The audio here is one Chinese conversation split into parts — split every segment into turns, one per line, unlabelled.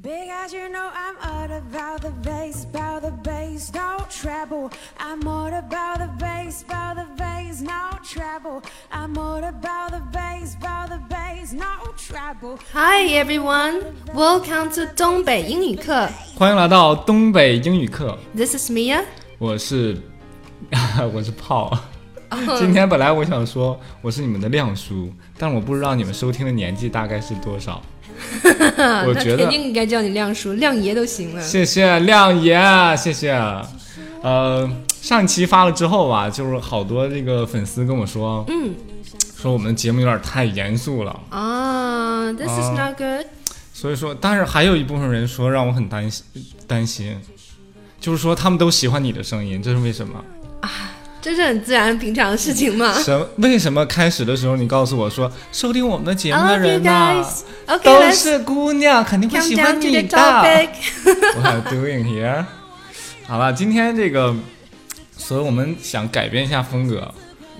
Big as you know, I'm all about the bass, about the bass, no treble. I'm all about the bass, about the bass, no treble. I'm all about the bass, about the bass, no treble.
Hi everyone, welcome to 东北英语课。
欢迎来到东北英语课，
This is Mia。
我是 我是炮。今天本来我想说我是你们的亮叔，但我不知道你们收听的年纪大概是多少。
那
我觉
肯
得
定应该叫你亮叔、亮爷都行了。
谢谢亮爷，啊谢谢。呃，上期发了之后吧，就是好多这个粉丝跟我说，嗯，说我们节目有点太严肃了，
啊、t h i s is not good。
所以说，但是还有一部分人说让我很担心，担心，就是说他们都喜欢你的声音，这是为什么？
这是很自然平常的事情嘛。
什为什么开始的时候你告诉我说收听我们的节
I love Oh,
目的
you
人呐、啊
guys. OK,
都
let's
是姑娘，肯定会
come
喜
down
欢
to the
你的。
topic.
What doing here？好了，今天这个，所以我们想改变一下风格。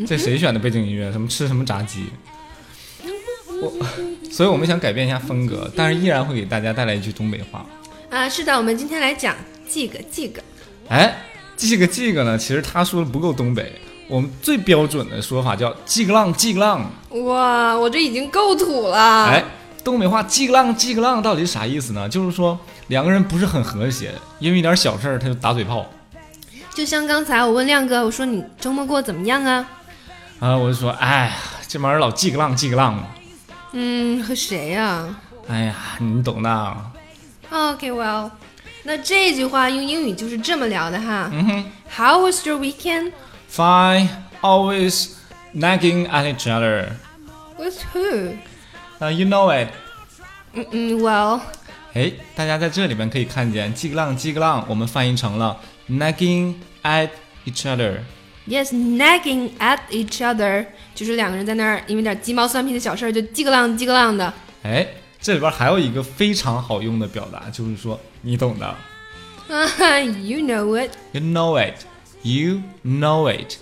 这谁选的背景音乐？什么吃什么炸鸡？我，所以我们想改变一下风格，但是依然会给大家带来一句东北话。
啊，是的，我们今天来讲这个这个。
哎，这个这个呢，其实他说的不够东北，我们最标准的说法叫“叽个浪叽个浪”。
哇，我这已经够土了。
哎，东北话“叽个浪叽个浪”到底是啥意思呢？就是说两个人不是很和谐，因为一点小事儿他就打嘴炮。
就像刚才我问亮哥，我说你周末过得怎么样啊？
啊，我就说，哎呀，这玩意儿老叽个浪叽个浪的，
嗯，和谁呀、
哎呀，你懂的。
Okay, well，那这句话用英语就是这么聊的哈。
嗯哼
How was your weekend?
，Fine, always nagging at each other.
With who?
啊、y o u know it.
嗯嗯，Well，
哎，大家在这里面可以看见“叽个浪叽个浪”，我们翻译成了 “nagging at each other”。
Yes, nagging at each other，就是两个人在那儿因为点鸡毛蒜皮的小事儿就叽个浪叽个浪的。
哎，这里边还有一个非常好用的表达，就是说你懂的。
啊哈 you know it。
You know it. You know it.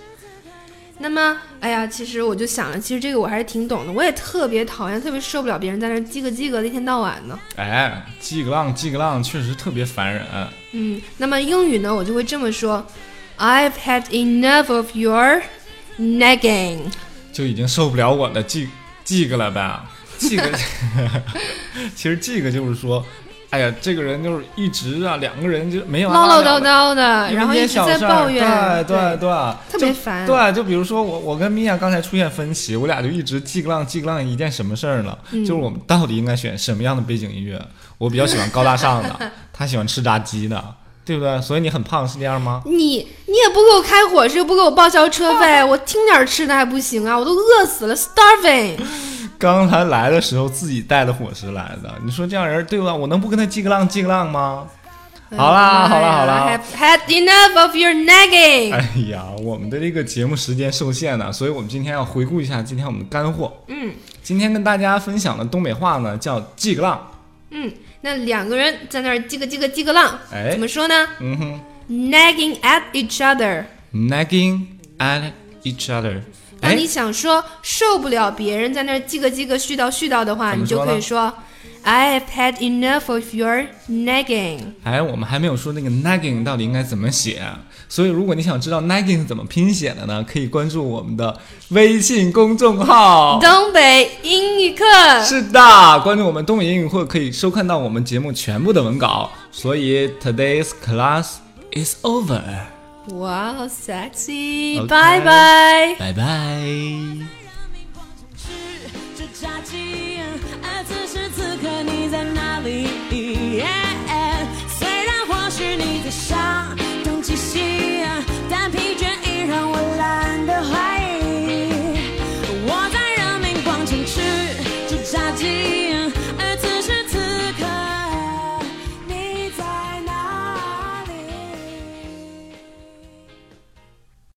那么，哎呀，其实我就想了，其实这个我还是挺懂的，我也特别讨厌，特别受不了别人在那儿叽个叽个的一天到晚的。
哎，叽个浪叽个浪，确实特别烦人。啊
嗯，那么英语呢，我就会这么说：I've had enough of your nagging。
就已经受不了我的记记个了呗，记个， 其实记个就是说，哎呀，这个人就是一直啊，两个人就没有
唠唠叨叨的，啊然后一
也
直在抱怨，
对对对，
特别
就
烦
对，就比如说我我跟米娅刚才出现分歧，我俩就一直记个浪记个浪一件什么事儿呢？
嗯
就是我们到底应该选什么样的背景音乐？我比较喜欢高大 上的，他喜欢吃炸鸡的，对不对？所以你很胖是这样吗？
你你也不给我开伙食，不给我报销车费，我听点吃的还不行啊，我都饿死了，starving。
刚才来的时候自己带的伙食来的，你说这样人对吧？我能不跟他记个浪记个浪吗？
哎
好啦好啦好啦，
，Have had enough of your nagging、
哎呀，我们的这个节目时间受限呢，所以我们今天要回顾一下今天我们的干货。
嗯
今天跟大家分享的东北话呢叫记个浪，
嗯，那两个人在那儿叽个叽个叽个浪，
哎
怎么说呢
嗯哼
？Nagging at each other。
，nagging at each other。
当哦你
哎，
想说受不了别人在那儿叽个叽个絮叨絮叨的话，
怎
你
么
就
说呢
可以说 I have had enough of your nagging。
哎，我们还没有说那个 nagging 到底应该怎么写，啊所以如果你想知道 nagging 怎么拼写的呢，可以关注我们的微信公众号。
东北英语课。
哦是的，关注我们东北英语会可以收看到我们节目全部的文稿。所以 today's class is over，
哇，sexy，
OK
拜拜。
拜拜。
去吃炸鸡。